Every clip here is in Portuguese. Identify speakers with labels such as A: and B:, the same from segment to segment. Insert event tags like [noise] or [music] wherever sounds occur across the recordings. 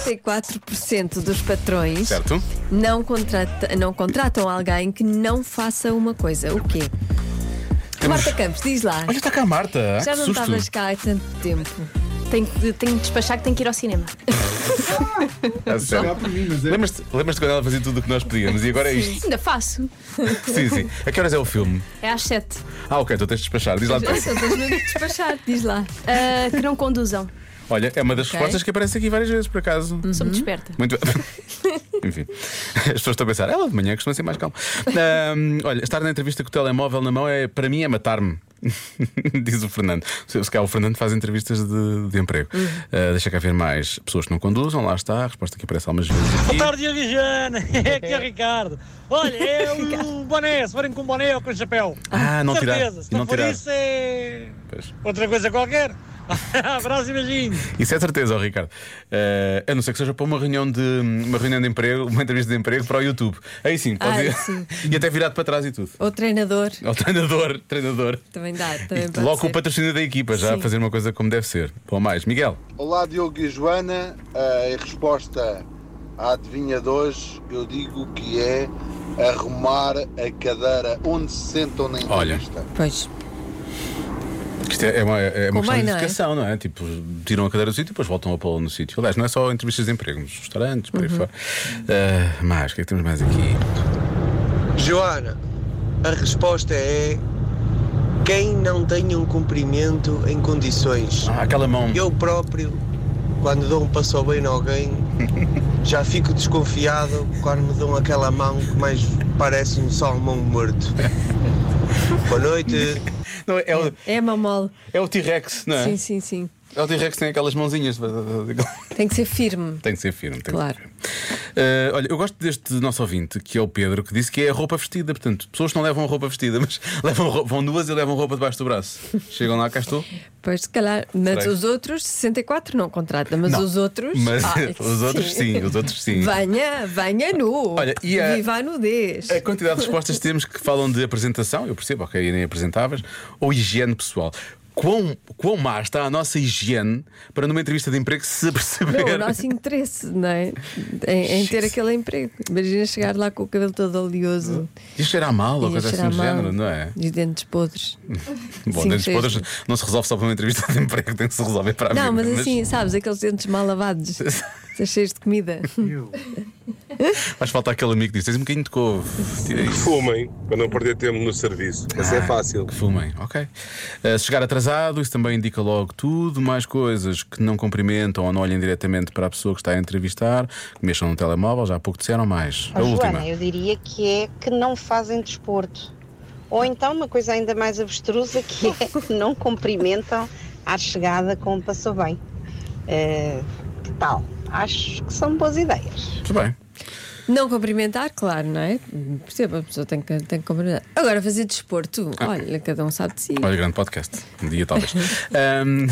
A: 54% dos patrões
B: Certo?
A: não, contrata- não contratam alguém que não faça uma coisa. O quê? Marta Campos, diz lá.
B: Olha, está cá a Marta. Ah,
A: Já
B: que
A: não
B: susto.
A: estavas cá há tanto tempo.
C: Tenho, que- tenho que despachar que tenho que ir ao cinema.
B: Ah, sério. Lembras-te lembras quando ela fazia tudo o que nós pedíamos e agora é isto?
C: Ainda faço.
B: Sim, sim. A que horas é o filme?
C: É às sete.
B: Ah, ok, tu tens de despachar. Diz lá depois.
A: Só tens mesmo de despachar, diz lá.
C: Ah, que não conduzam.
B: Olha, é uma das
A: Ok.
B: respostas que aparece aqui várias vezes, por acaso.
C: Sou muito esperta.
B: Muito
A: [laughs]
B: bem. Enfim, as pessoas estão a pensar, ela de manhã costuma ser mais calma. Ahm, olha, estar na entrevista com o telemóvel na mão é, para mim, é matar-me. [laughs] Diz o Fernando. Se se calhar o Fernando faz entrevistas de, de emprego.
A: Hum.
B: Ah, deixa cá ver mais pessoas que não conduzam, lá está, a resposta que aparece algumas vezes. aqui.
D: Boa tarde, Diogo e Jana. Aqui [laughs] é o Ricardo.
B: [laughs]
D: Olha, é o boné. Se forem com um boné ou com chapéu.
B: Ah, não tirar.
D: Certeza. Se
B: E
D: não,
B: não
D: for
B: tirar.
D: isso, é
B: Pois.
D: outra coisa qualquer. [laughs] Abraço e beijinhos.
B: Isso é certeza, ó Ricardo. Ah, a não ser que seja para uma reunião de uma reunião de emprego, uma entrevista de emprego para o YouTube. Aí sim, pode
A: Ai,
B: ir.
A: Ah, sim.
B: E até virado para trás e tudo.
A: Ou treinador,
B: Ao treinador, treinador.
A: também dá. Também
B: E
A: É, pode
B: logo com
A: ser.
B: o patrocínio da equipa, já
A: Sim.
B: a fazer uma coisa como deve ser. Ou mais. Miguel,
E: Olá Diogo e Joana, Ah, em resposta à adivinha de hoje, eu digo que é arrumar a cadeira onde se sentam na
B: Olha.
E: entrevista.
A: Pois,
B: que isto é é uma, é uma
A: Convém,
B: questão de
A: não é?
B: educação, não é? Tipo, tiram a cadeira do sítio e depois voltam a pô-la no sítio. Aliás, não é só entrevistas de emprego, nos restaurantes, por aí
A: Uhum.
B: fora. Ah, mais, o que é que temos mais aqui?
F: Joana, a resposta é quem não tem um cumprimento em condições.
B: Ah, aquela mão.
F: Eu próprio, quando dou um passo bem a alguém, já fico desconfiado quando me dão aquela mão que mais parece um salmão morto. Boa noite.
B: Não, é o,
A: é mamol.
B: é o T-Rex, não é?
A: Sim, sim, sim.
B: É o T-Rex que tem aquelas mãozinhas.
A: Tem que ser firme.
B: Tem que ser firme, tem
A: Claro.
B: que ser firme. Eh, olha, eu gosto deste nosso ouvinte, que é o Pedro, que disse que é a roupa vestida. Portanto, pessoas que não levam roupa vestida, [laughs] mas levam roupa, vão duas e levam roupa debaixo do braço. Chegam lá, cá estou.
A: Pois, se calhar. Mas
B: Será?
A: os outros, 64 não contrata, mas
B: Não,
A: os outros.
B: Mas
A: Ah,
B: [laughs] os outros sim, os outros sim.
A: Venha, venha nu.
B: Olha, e a-
A: Viva a nudez.
B: A quantidade de respostas que temos que falam de apresentação, eu percebo, ok, nem apresentáveis, ou higiene pessoal. Quão, quão má está a nossa higiene para numa entrevista de emprego se
A: Não, o
B: perceber? [laughs]
A: nosso interesse, não é? Em, em ter
B: Jesus.
A: aquele emprego. Imagina chegar lá com o cabelo todo oleoso.
B: Isto cheira a mal ou
A: e a
B: coisa assim
A: cheirar
B: do
A: mal,
B: género, não é?
A: E os dentes podres.
B: Bom,
A: Sim,
B: dentes
A: sim.
B: podres não se resolve só para uma entrevista de [laughs] emprego, tem que se resolver para a
A: Não,
B: vida,
A: mas assim, sabes, aqueles dentes mal
B: [laughs]
A: lavados, cheios de comida.
B: Faz falta aquele amigo que diz: tens um bocadinho de couve. Tira isso.
G: Fumem para não perder tempo no serviço. Mas é fácil.
B: Que fumem, ok. Eh, se chegar atrasado, isso também indica logo tudo. Mais coisas que não cumprimentam ou não olhem diretamente para a pessoa que está a entrevistar, que mexam no telemóvel, já há pouco disseram mais.
H: Ó,
B: a
H: Joana,
B: última.
H: eu diria que é que não fazem desporto. Ou então uma coisa ainda mais abstrusa que é que não cumprimentam à chegada com o passou bem. Eh, que tal? Acho que são boas ideias.
B: Muito bem.
A: Não cumprimentar, claro, não é? Perceba, a pessoa tem que, tem que cumprimentar. Agora, fazer desporto, olha, cada um sabe de si.
B: Ah. Olha, grande podcast. Um dia
H: [laughs]
B: talvez. Ahm,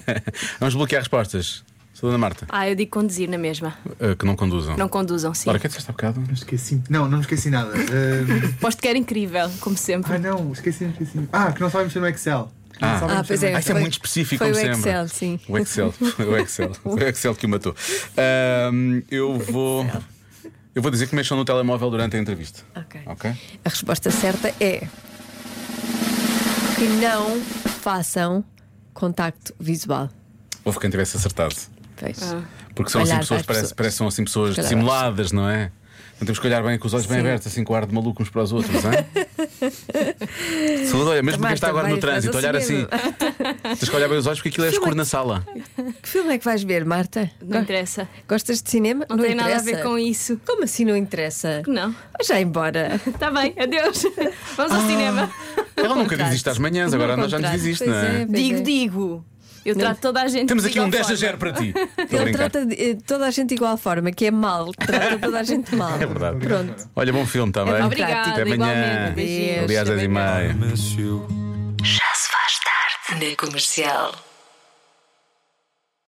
B: [laughs] Vamos bloquear respostas. Sou Dona Marta,
C: Ah, eu digo conduzir na mesma.
B: eh, que não conduzam.
C: Não conduzam, sim.
B: Ora, o que é que disseste há bocado?
I: Não esqueci. Não, não me esqueci nada. Ah,
C: Posto que era incrível, como sempre.
I: ah, não, esqueci, esqueci. Ah, que não sabem mexer no Excel. Que não
B: Ah.
I: sabem
A: Ah,
I: mexer
A: pois
I: no
A: é.
B: Ah, isso é
A: Foi-
B: muito específico,
A: foi
B: como
A: o
B: sempre.
A: Excel, sim.
B: O Excel, foi o
A: [laughs]
B: Excel, foi o Excel que o matou. Ahm, eu vou. Eu vou dizer que mexam no telemóvel durante a entrevista.
A: Ok.
B: Ok?
A: A resposta certa é que não façam contacto visual.
B: Houve quem tivesse acertado.
A: Pois.
B: Porque são assim
A: Olhar para
B: pessoas,
A: as
B: parece,
A: pessoas.
B: parecem são assim pessoas
A: Calhar.
B: dissimuladas, não é? Então temos que olhar bem com os olhos bem
A: Sim.
B: abertos, assim com ar de maluco uns para os outros,
A: [laughs]
B: não é? Saúde, olha, mesmo quem
A: Também,
B: está agora no
A: também, Tá faz
B: trânsito, olhar
A: assim
B: assim. Tens que olhar bem os olhos porque aquilo é escuro na sala.
A: [laughs] Que filme é que vais ver, Marta?
C: Não interessa.
A: Gostas de cinema?
C: Não, tem nada a ver
A: interessa.
C: com isso.
A: Como assim não interessa?
C: Não.
A: Já embora.
C: Está bem, [laughs] adeus. Vamos ao cinema.
A: é
B: Ela nunca diz isto às manhãs, agora nós já nos diz isto, não é?
A: Pois
C: Digo,
A: é.
C: digo. Eu trato toda a gente.
B: Temos
C: de
B: aqui um 10
C: igual
B: a
C: forma.
B: 0
A: [laughs]
B: para ti. Estou a
A: Ele
B: brincar.
A: trata de- eh, toda a gente de igual forma, que é mal. Trata toda a gente mal.
B: [laughs] É verdade.
A: Pronto.
B: Olha, bom filme também.
A: É verdade.
C: Obrigada,
B: Até amanhã.
C: igualmente. Beijinhos.
B: Aliás,
A: Até
B: 10 e
A: amanhã.
B: meia.
J: Já se faz tarde na comercial.